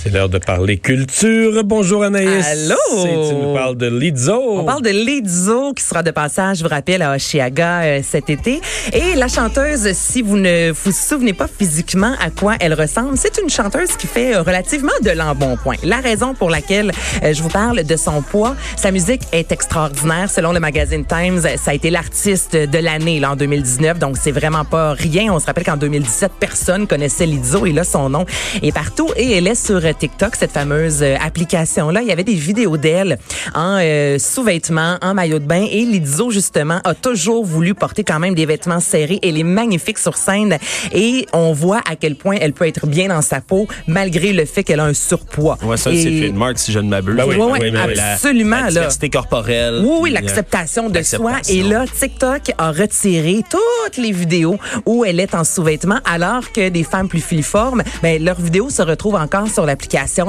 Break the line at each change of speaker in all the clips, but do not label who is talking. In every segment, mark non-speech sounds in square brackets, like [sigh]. C'est l'heure de parler culture. Bonjour Anaïs.
Allô?
Et Tu nous parles de Lizzo.
On parle de Lizzo qui sera de passage, je vous rappelle, à Oshiaga euh, cet été. Et la chanteuse, si vous ne vous souvenez pas physiquement à quoi elle ressemble, c'est une chanteuse qui fait euh, relativement de l'embonpoint. La raison pour laquelle euh, je vous parle de son poids, sa musique est extraordinaire. Selon le magazine Times, ça a été l'artiste de l'année là, en 2019, donc c'est vraiment pas rien. On se rappelle qu'en 2017, personne connaissait Lizzo et là, son nom est partout et elle est sur euh, TikTok, cette fameuse euh, application-là. Il y avait des vidéos d'elle en euh, sous-vêtements, en maillot de bain. Et Lizzo, justement, a toujours voulu porter quand même des vêtements serrés. Elle est magnifique sur scène. Et on voit à quel point elle peut être bien dans sa peau, malgré le fait qu'elle a un surpoids.
Ouais, ça,
Et-
c'est fait de marque, si je ne m'abuse. Ah,
Ben oui,
Ouais, ouais,
oui, ben oui.
absolument,
La, la
là.
diversité corporelle.
Oui, oui,
puis, euh,
l'acceptation de soi.
l'acceptation.
Et là, TikTok a retiré toutes les vidéos où elle est en sous-vêtements, alors que des femmes plus filiformes, ben, leurs vidéos se retrouvent encore sur l'application.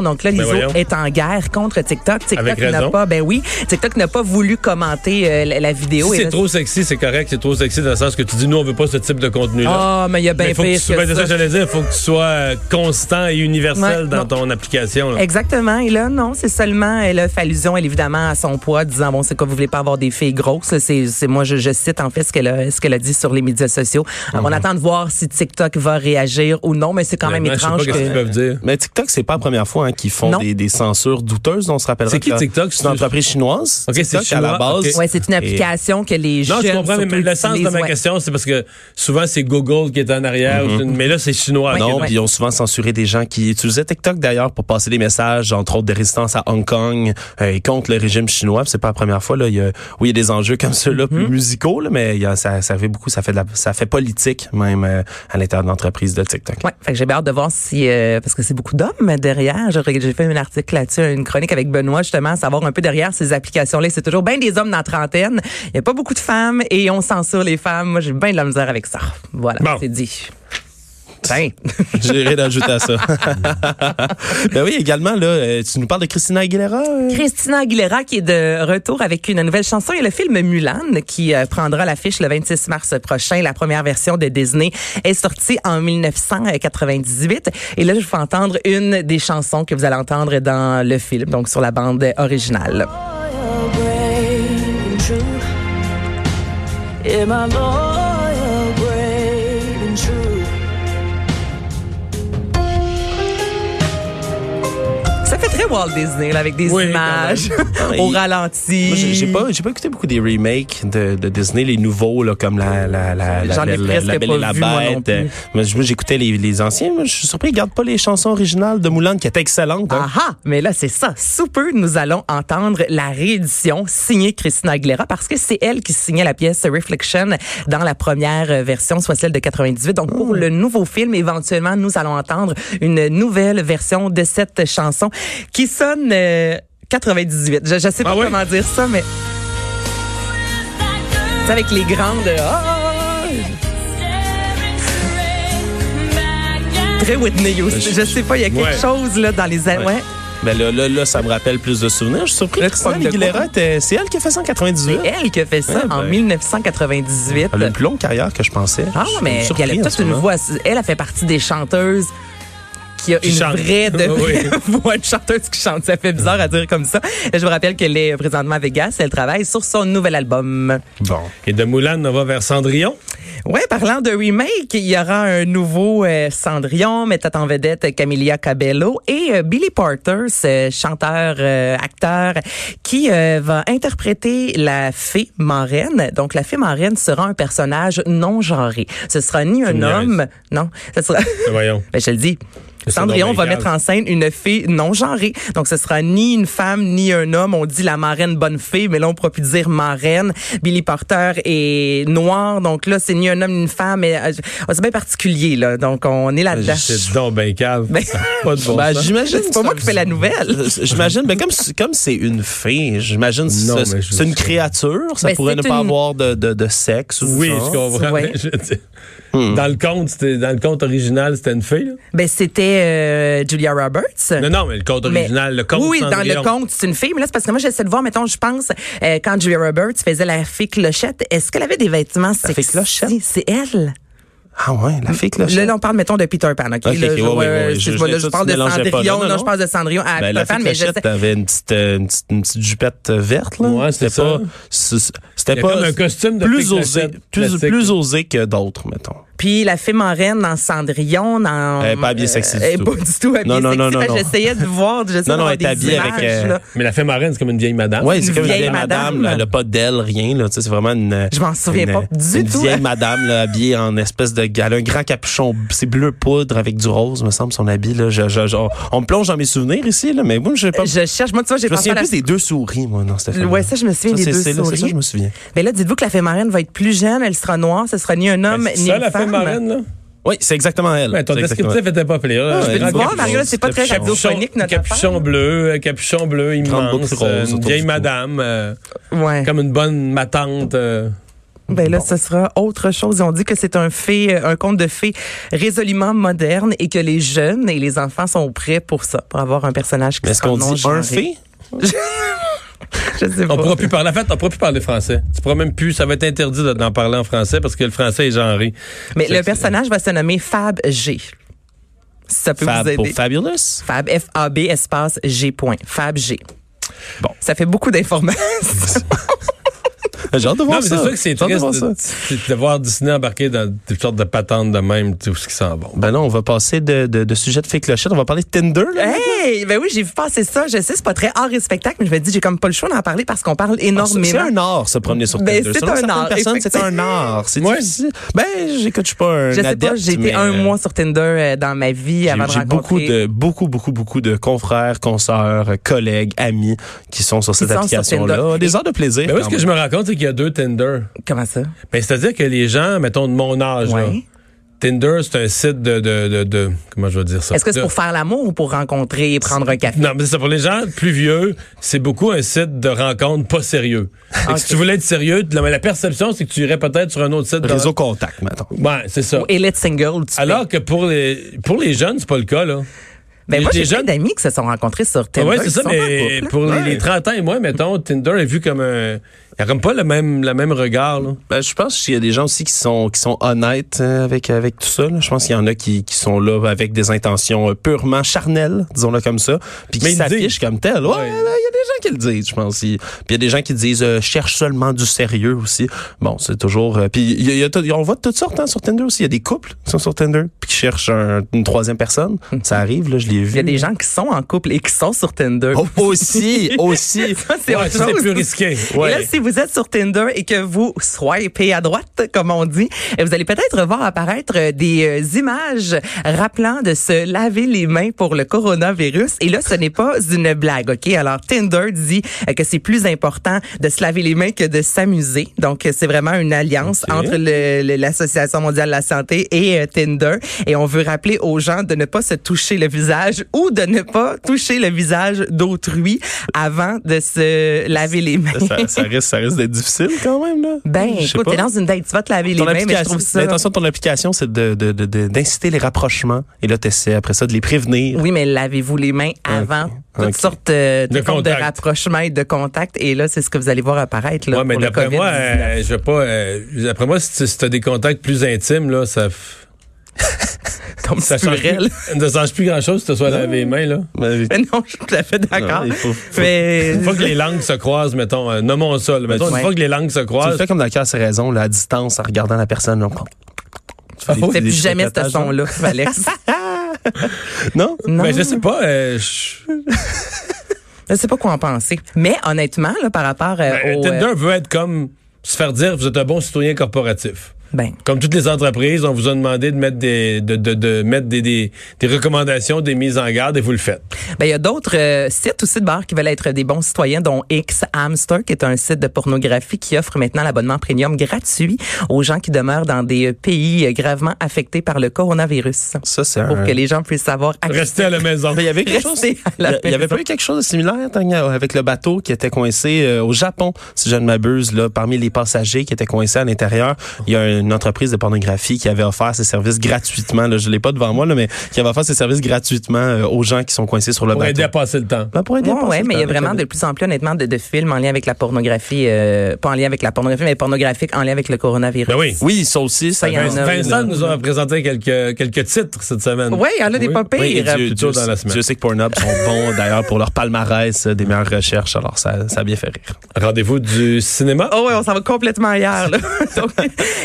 Donc là, Lizzo
Ben voyons.
est en guerre contre TikTok.
Avec
TikTok
raison.
n'a pas, ben oui, TikTok n'a pas voulu commenter euh, la, la vidéo.
Si
Et
c'est
là,
trop sexy, c'est correct. C'est trop sexy dans le sens que tu dis, nous, on veut pas ce type de contenu-là.
Ah, mais il y a bien
Mais faut que
pire
tu- ben,
que
c'est ça
ça.
que j'allais dire. faut que tu sois euh, constant et universel
Ouais,
dans
non.
ton application. là.
Exactement. Et là, non, c'est seulement, elle a fait allusion, elle, évidemment, à son poids, disant, bon, c'est quoi, vous voulez pas avoir des filles grosses. là, C'est, c'est moi, je, je cite, en fait, ce qu'elle a, ce qu'elle a dit sur les médias sociaux. Alors,
Mhm.
On attend de voir si TikTok va réagir ou non, mais c'est quand même
Vraiment,
étrange
Je sais pas ce qu'ils
que...
peuvent dire.
Mais TikTok, c'est pas la première fois hein, qu'ils font
Non.
des, des censures douteuses. On se rappellera.
C'est qui,
que
TikTok?
C'est une entreprise chinoise.
Ok, c'est
TikTok, à
chinois,
la base.
ok.
Ouais, c'est une application que les
Non,
jeunes.
je comprends, mais
surtout,
le sens de
utilisent,
ma
ouais.
question, c'est parce que souvent, c'est Google qui est en arrière. ou c'est une- Mais là, c'est chinois.
Ouais,
donc.
ah Non,
ouais.
puis ils ont souvent censuré des gens qui utilisaient TikTok d'ailleurs pour passer des messages, entre autres de résistance à Hong Kong euh, et contre le régime chinois. Puis C'est pas la première fois là. Il y a, oui, il y a des enjeux comme ceux-là,
Mm-hmm.
plus musicaux, là, mais il y a, ça, ça fait beaucoup, ça fait de la- ça fait politique même euh, à l'intérieur de l'entreprise de TikTok.
Ouais, fait que j'ai bien hâte de voir si euh, parce que c'est beaucoup d'hommes derrière. J'ai j'ai fait un article là-dessus, une chronique avec Benoît justement, savoir un peu derrière ces applications-là. C'est toujours bien des hommes dans la trentaine. Il y a pas beaucoup de femmes et on censure les femmes. Moi, j'ai bien de la misère avec ça. Voilà,
Bon.
c'est dit. Ben,
J'ai rien d'ajouter à ça. [laughs] ben oui, également là, euh, tu nous parles de Christina Aguilera. euh?
Christina Aguilera qui est de retour avec une nouvelle chanson et le film Mulan qui euh, prendra l'affiche le 26 mars prochain. La première version de Disney est sortie en 1998 et là je vous fais entendre une des chansons que vous allez entendre dans le film, donc sur la bande
loyal,
originale.
brave and true. Yeah, my loyal, brave and true.
Ça fait très Walt Disney là, avec des
Oui,
images
quand
[laughs]
même.
au ralenti.
Moi, j'ai j'ai pas, j'ai pas écouté beaucoup des remakes de, de Disney, les nouveaux, là, comme la, la, la, la,
J'en ai
la-
presque
la Belle
pas
et la
vu, moi non
Bête.
plus.
Euh, mais je- moi, j'écoutais les, les anciens. Moi, je suis surpris, ils gardent pas les chansons originales de Moulin qui étaient excellentes. hein.
Aha! Mais là, c'est ça. Sous peu, nous allons entendre la réédition signée Christina Aguilera parce que c'est elle qui signait la pièce Reflection dans la première euh, version, soit celle de 98. Donc, pour le nouveau film, éventuellement, nous allons entendre une nouvelle version de cette chanson qui sonne euh, 98. Je, je sais pas
Ah oui?
comment dire ça, mais... C'est avec les grandes... Ah! Très Whitney aussi. Je sais pas, il y a quelque
Ouais.
chose là dans les... a-
Ouais.
Ouais.
Mais Ben là, là, là, ça me rappelle plus de souvenirs. Je suis surpris.
Là,
que
tu
Christina
parles de quoi?
Aguilera, était- c'est elle qui a fait ça en 98.
C'est elle qui a fait ça
Ouais, ben.
en 1998.
Elle a une plus longue carrière que je pensais.
Ah,
Je suis
mais
surpris hein,
elle a
en
toute
ce
une
moment.
voix. Elle a fait partie des chanteuses qui a
Qui
une
chante.
vraie
[laughs]
de
Oui.
vraie [laughs] voix de chanteuse qui chante. Ça fait bizarre à dire comme ça. Je vous rappelle qu'elle est présentement à Vegas. Elle travaille sur son nouvel album.
Bon.
Et de Moulin, on va vers Cendrillon.
Ouais, parlant de remake, il y aura un nouveau euh, Cendrillon mettant en vedette Camilla Cabello et euh, Billy Porter, ce chanteur euh, acteur qui euh, va interpréter la fée marraine. Donc la fée marraine sera un personnage non genré. Ce sera ni un
me
homme, non, ce sera [laughs]
Ben, Voyons.
ben, je le dis.
ça,
Cendrillon
donc,
va
ben,
mettre
calme.
en scène une fée non genrée. Donc, ce sera ni une femme, ni un homme. On dit la marraine bonne fée, mais là, on pourra plus dire marraine. Billy Porter est noir. Donc là, c'est ni un homme, ni une femme. Mais, euh, c'est bien particulier, là. Donc, on est là-dedans.
C'est donc ben cave.
[laughs] Ben-
Ça a pas de bon
Ben,
sens.
j'imagine.
C'est pas moi qui fais la nouvelle.
[laughs] J'imagine, ben comme c'est- comme c'est une fille, j'imagine
Non,
c'est
mais je-
c'est une créature, ça
Ben,
pourrait ne
c'est
pas
une-
avoir de, de, de sexe. Ou de
Oui, je
genre.
comprends.
Ouais.
mais je veux dire, Dans le conte, c'était- dans le conte original, c'était une fille. là.
Ben, c'était c'était euh, Julia Roberts.
Non, non, mais le code
Mais-
original, le code.
Oui, oui, dans le
Cendrillon.
conte, c'est une fille. Mais là, c'est parce que moi, j'essaie de voir, mettons, je pense, euh, quand Julia Roberts faisait la fille clochette, est-ce qu'elle avait des vêtements
La fille
sexy?
clochette?
C'est elle.
Ah ouais, la fille clochette.
Là, là, on parle, mettons, de Peter Pan. OK,
Ok,
Là,
ok,
je-
ouais, ouais,
ouais,
ouais,
excuse-moi,
je-
là,
je-
je
ça,
parle
tu
de
mélangeais pas.
Cendrillon.
Non, non,
Non,
non.
je parle de Cendrillon à
Ben,
Peter
la
Pan,
fille
mais je
clochette
sais-
avait une petite, euh, une petite, une petite jupette euh, verte, là.
Ouais, c'est
C'était
ça.
pas, c'est- c'était
Il y a
pas
comme un costume de
plus
fille
osé,
clochette
plus,
classique.
plus osé que d'autres, mettons.
Puis la fée Morène dans Cendrillon, dans...
hein. Elle est pas habillée sexy du
elle est
tout.
pas du tout habillée
Non, non, non,
sexy.
non,
Fait que
non.
J'essayais de voir, j'essayais
Non, non,
d'avoir
elle est
des
habillée avec,
images,
euh,
là.
Mais la fée marraine, c'est comme une vieille madame.
Ouais, c'est
une
comme une
vieille
vieille madame,
madame.
là, elle a pas d'aile, rien, là. Tu sais, c'est vraiment une.
Je m'en souviens
une-
pas du
une
tout. [laughs]
vieille madame, là, habillée en espèce de. Elle a un grand capuchon, c'est bleu poudre avec du rose, me semble, son habit, là. Je- je- je- on, on me plonge dans mes souvenirs ici, là, mais moi, j'ai pas.
Euh, Je cherche, moi, tu vois, j'ai
Je me
pensé
souviens
à la
plus des deux souris, moi, non, Stéphane.
Ouais, ça, je me souviens des
c'est-
deux
c'est là, C'est ça,
souris.
je me souviens.
Mais là, dites-vous que la fée marraine va être plus jeune, elle sera noire, ce sera ni un homme,
Ben,
C'est
ni
ça,
une
la fée
femme.
marraine, là?
Oui, c'est exactement elle.
Ouais, ton
C'est exactement
descriptif était pas pire. là.
Ah,
Un
je vais
grand
te voir,
capuchon.
Mario, là, c'est
pas très
Capuchon-
radiophonique, notre
Capuchon
affaire.
bleu, euh, capuchon bleu
Grande boucle
immense.
rose
euh, Une
autour
vieille
du cou.
madame, euh,
Ouais.
comme une bonne matante. euh,
Ben là, ce sera autre chose. On dit que c'est un fait, un conte de fées résolument moderne et que les jeunes et les enfants sont prêts pour ça, pour avoir un personnage qui
Mais est-ce
sera
qu'on
non
dit un
genré.
fait?
Je sais pas.
On pourra plus parler. En fait, on pourra plus parler français. Tu pourras même plus. Ça va être interdit de- d'en parler en français parce que le français est genré.
Mais
C'est-
le personnage va se nommer Fab G. Si ça peut
Fab
vous
pour
aider.
Fabulous?
Fab, F-A-B, espace G. point. Fab G.
Bon.
Ça fait beaucoup
[laughs]
d'informations.
J'ai hâte de
Non,
voir
mais
ça.
c'est sûr que c'est
J'ai hâte de
triste
voir
de,
ça.
de- de voir Disney embarquer dans toutes sortes de patentes de même, tout ce qui s'en va.
Ben non, on va passer de, de, de sujet de fée clochette. On va parler de Tinder. Là.
hey! Ben oui, j'ai vu passer ça. Je sais, c'est pas très hors et spectacle, mais je me dis, j'ai comme pas le choix d'en parler parce qu'on parle
C'est
énormément.
c'est un art, se promener sur
Ben,
Tinder.
c'est
Selon
un
certaines
art,
personnes, c'est un
effectivement.
art. C'est
Ouais.
difficile. Ben, j'écoute, je suis pas un
Je sais
adepte,
pas, j'ai été
mais,
un
euh,
mois sur Tinder euh, dans ma vie
j'ai-
avant de
J'ai
rencontrer.
beaucoup de, beaucoup, beaucoup, beaucoup de confrères, consoeurs, euh, collègues, amis qui sont sur cette
sont sur
application-là.
Tinder.
Des heures de plaisir.
Mais Ben oui, ce
quand
que je
même.
me rends compte, c'est qu'il y a deux Tinder.
Comment ça?
Ben, c'est-à-dire que les gens, mettons, de mon âge, là,
Ouais.
Tinder, c'est un site de, de, de, de- comment je vais dire ça?
Est-ce que c'est
De-
pour faire l'amour ou pour rencontrer et prendre un café?
Non, mais c'est ça. Pour les gens plus vieux, c'est beaucoup un site de rencontre pas sérieux. Fait que
Ah, Ok.
Si tu voulais être sérieux, la, la perception, c'est que tu irais peut-être sur un autre site. dans-
Réseau contact, maintenant.
Ouais, c'est ça.
Et let's single, tu
Alors que pour les, pour les jeunes, c'est pas le cas, là.
fais. Ben moi,
les
j'ai plein
jeunes-
d'amis qui se sont rencontrés sur Tinder.
Oui,
qui
Ah c'est ça,
sont en
mais
couple.
pour les-
Ouais.
les 30 ans et moins, mettons, Tinder est vu comme un. Il n'y a comme pas le même, le même regard, là.
Ben, je pense qu'il y a des gens aussi qui sont qui sont honnêtes euh, avec avec tout ça. là. Je pense qu'il y en a qui, qui sont là avec des intentions euh, purement charnelles, disons-le comme ça,
Mais
puis qui
ils le disent.
s'affichent comme tel. Ouais, là,
Ouais.
il y a des gens qui le disent, je pense. Ils- Puis il y a des gens qui disent euh, cherche seulement du sérieux aussi. Bon, c'est toujours. euh, puis il y a- il y a tout- on voit de toutes sortes hein, sur Tinder aussi. Il y a des couples qui sont sur Tinder puis qui cherchent un- une troisième personne. Ça arrive, là, je l'ai vu.
Il y a des gens qui sont en couple et qui sont sur Tinder.
Oh, aussi,
[laughs]
aussi.
Ça, c'est
Ouais,
autre
ça, c'est
chose.
plus risqué.
Ouais.
Et là, si vous êtes sur Tinder et que vous swipez à droite, comme on dit, eh, vous allez peut-être voir apparaître euh, des euh, images rappelant de se laver les mains pour le coronavirus. Et là, ce n'est pas une blague, OK? Alors, Tinder dit euh, que c'est plus important de se laver les mains que de s'amuser. Donc, euh, c'est vraiment une alliance
OK.
entre le- le- l'Association mondiale de la santé et euh, Tinder. Et on veut rappeler aux gens de ne pas se toucher le visage ou de ne pas toucher le visage d'autrui avant de se laver les mains.
ça, ça risque, ça risque d'être difficile quand même là.
Ben,
Je sais
écoute,
pas.
t'es dans une date, tu vas te laver les
Ton
mains, mais je
application-
trouve ça.
L'intention de ton application, c'est de, de- de- de- d'inciter les rapprochements. Et là, t'essaies après ça de les prévenir.
Oui, mais lavez-vous les mains avant toutes
ok.
sortes euh, de,
De
formes de
contact.
rapprochement et de contact. Et là, c'est ce que vous allez voir apparaître. Là,
Ouais, mais
pour le
d'après moi,
[laughs] COVID-19.
euh, je vais pas. euh, d'après moi, si tu as des contacts plus intimes, là, ça.
[laughs]
f-
Comme
Ça
ça
change, plus, ça change plus grand chose si tu sois lavé les mains, là.
Mais-
Mais Ben non, je suis tout à fait d'accord.
Non, il faut- faut-
mais
Une fois que les langues se croisent, mettons, euh, nommons ça, là, mettons,
Ouais.
une fois que les langues se
Tu le
croisent.
fais comme dans le cas, c'est raison, là, à distance, en regardant la personne. là. Tu
Ah
fais des-
fais
des
plus jamais ce
tricotages,
son-là,
là. [laughs]
Alex.
Non?
non.
Ben, je sais pas. euh, je-
Je sais pas quoi en penser. Mais honnêtement, là, par rapport euh,
ben,
au. euh,
Tinder veut être comme se faire dire vous êtes un bon citoyen corporatif.
ben,
Comme toutes les entreprises, on vous a demandé de mettre des de, de, de mettre des, des, des recommandations, des mises en garde et vous le faites.
Ben, il y a d'autres euh, sites aussi de bars qui veulent être des bons citoyens, dont X Hamster, qui est un site de pornographie qui offre maintenant l'abonnement premium gratuit aux gens qui demeurent dans des euh, pays euh, gravement affectés par le coronavirus.
Ça, c'est
Pour
un...
que les gens puissent savoir.
Restez à la maison.
Mais [laughs] Il y avait Euh, quelque chose.
Restez à la
Il y avait
maison.
pas eu quelque chose de similaire Tania, avec le bateau qui était coincé euh, au Japon, si je ne m'abuse là, parmi les passagers qui étaient coincés à l'intérieur, il y a un, une entreprise de pornographie qui avait offert ses services gratuitement. Là, je l'ai pas devant moi, là, mais qui avait offert ses services gratuitement euh, aux gens qui sont coincés sur le
Pour aider
bateau.
à passer le temps.
Ben, pour aider à
Ouais,
passer
ouais,
le
mais il y a
temps,
vraiment de
avec-
plus en plus, honnêtement, de, de films en lien avec la pornographie, euh, pas en lien avec la pornographie, mais pornographique en lien avec le coronavirus.
Ben oui. Euh,
Oui, ça aussi,
Ça,
ça
il y en
reste-
a.
Vincent nous a présenté quelques, quelques titres cette semaine.
Ouais, il y en a des pas pires.
Oui, et
Pire,
Dieu,
plus
Dieu,
tôt dans la semaine.
Dieu sait que Pornhub sont bons d'ailleurs pour leur palmarès euh, des meilleures recherches, alors ça, ça a bien fait rire.
Rendez-vous du cinéma.
Oh ouais, on s'en va complètement
[laughs]
hier. Là. Donc,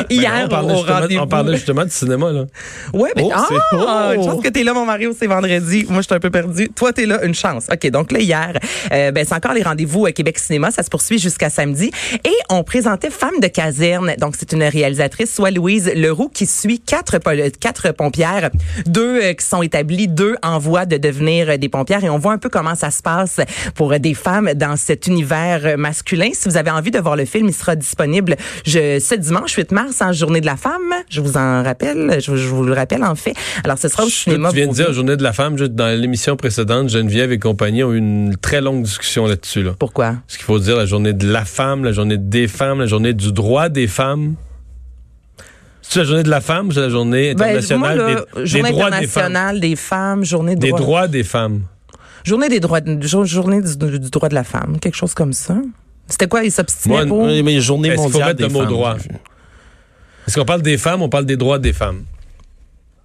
hier,
Ben on
Ben
parlait,
au
justement, on
rendez-vous.
parlait justement du cinéma, là.
Ouais, mais
Oh, c'est-
ah,
oh!
une chance que t'es là, mon Mario, c'est vendredi. Moi, je suis un peu perdu. Toi, t'es là, une chance. Ok, donc là hier, euh, ben c'est encore les rendez-vous à Québec Cinéma. Ça se poursuit jusqu'à samedi. Et on présentait Femme de caserne. Donc c'est une réalisatrice, soit Louise Leroux, qui suit quatre pol- euh, quatre pompières, deux euh, qui sont établies, deux en voie de devenir euh, des pompières. Et on voit un peu comment ça se passe pour euh, des femmes dans cet univers euh, masculin. Si vous avez envie de voir le film, il sera disponible je, ce dimanche 8 mars en journée de la femme. Je vous en rappelle, je, vous- je vous le rappelle en fait. Alors ce sera au
Tu
cinéma.
viens de
pour-
dire, Journée de la femme, juste dans l'émission précédente, Geneviève et compagnie ont eu une très longue discussion là-dessus. Là.
Pourquoi?
Ce qu'il faut dire, la journée de la femme, la journée des femmes, la journée du droit des femmes. C'est la journée de la femme, ou c'est la journée
Ben,
internationale
moi, là,
des- des,
journée
droits des femmes.
internationale des femmes, journée de
Des
droits-
droits des femmes.
journée des droits, jour- journée du, du droit de la femme, quelque chose comme ça. C'était quoi? Ils s'obstinaient
Moi, euh,
pour.
Oui, mais journée
Est-ce qu'il faut
mondiale
mettre
des
le mot
femmes,
droit?
j'ai vu.
Est-ce qu'on parle des femmes, on parle des droits des femmes?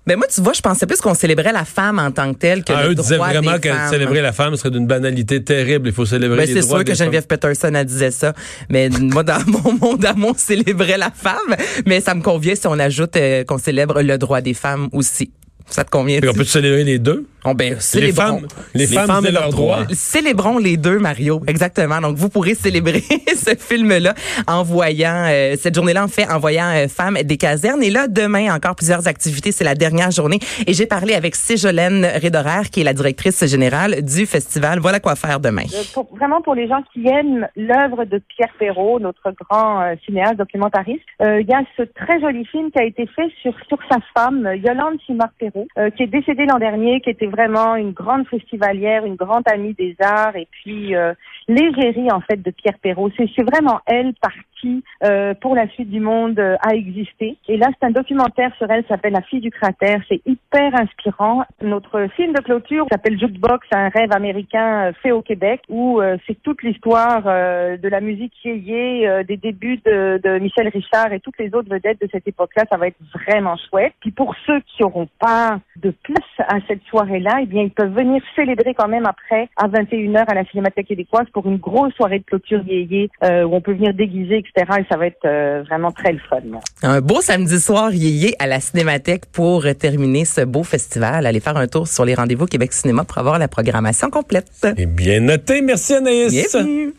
Ben moi, tu vois, je pensais plus qu'on célébrait la femme en tant que telle que
Ah,
le
eux disaient
droit
vraiment
des
que
femmes.
célébrer la femme serait d'une banalité terrible. Il faut célébrer
Ben,
les
c'est
droits
sûr que
des femmes.
Geneviève Peterson, elle disait ça. Mais [laughs] moi, dans mon monde à moi, on célébrait la femme. Mais ça me convient si on ajoute euh, qu'on célèbre le droit des femmes aussi. Ça te convient?
Fait qu'on peut célébrer les deux?
On, ben,
Les
célébrons.
femmes, les femmes,
femmes
et
et leurs
leurs
droits.
droits.
Célébrons les deux, Mario. Exactement. Donc, vous pourrez célébrer [laughs] ce film-là en voyant, euh, cette journée-là, en fait, en voyant euh, Femmes des casernes. Et là, demain, encore plusieurs activités. C'est la dernière journée. Et j'ai parlé avec Ségolène Rédorère, qui est la directrice générale du festival. Voilà quoi faire demain.
Euh, pour- vraiment pour les gens qui aiment l'œuvre de Pierre Perrault, notre grand euh, cinéaste documentariste, euh, il y a ce très joli film qui a été fait sur, sur sa femme, euh, Yolande Simard Perrault, euh, qui est décédée l'an dernier, qui était vraiment une grande festivalière, une grande amie des arts, et puis euh, l'égérie en fait de Pierre Perrault. C'est c'est vraiment elle partie euh, pour la suite du monde euh, à exister. Et là, c'est un documentaire sur elle, ça s'appelle La fille du cratère. C'est hyper inspirant. Notre film de clôture s'appelle Jukebox, un rêve américain euh, fait au Québec, où euh, c'est toute l'histoire euh, de la musique yéyé, euh, des débuts de, de Michel Richard et toutes les autres vedettes de cette époque-là. Ça va être vraiment chouette. Puis pour ceux qui auront pas de place à cette soirée-là, eh bien, ils peuvent venir célébrer quand même après à 21h à la Cinémathèque québécoise pour une grosse soirée de clôture yéyé euh, où on peut venir déguiser, etc. Et ça va être euh, vraiment très le fun.
Un beau samedi soir yéyé à la Cinémathèque pour euh, terminer ce beau festival. Allez faire un tour sur les rendez-vous Québec Cinéma pour avoir la programmation complète.
Et bien noté. Merci, Anaïs.
Bienvenue.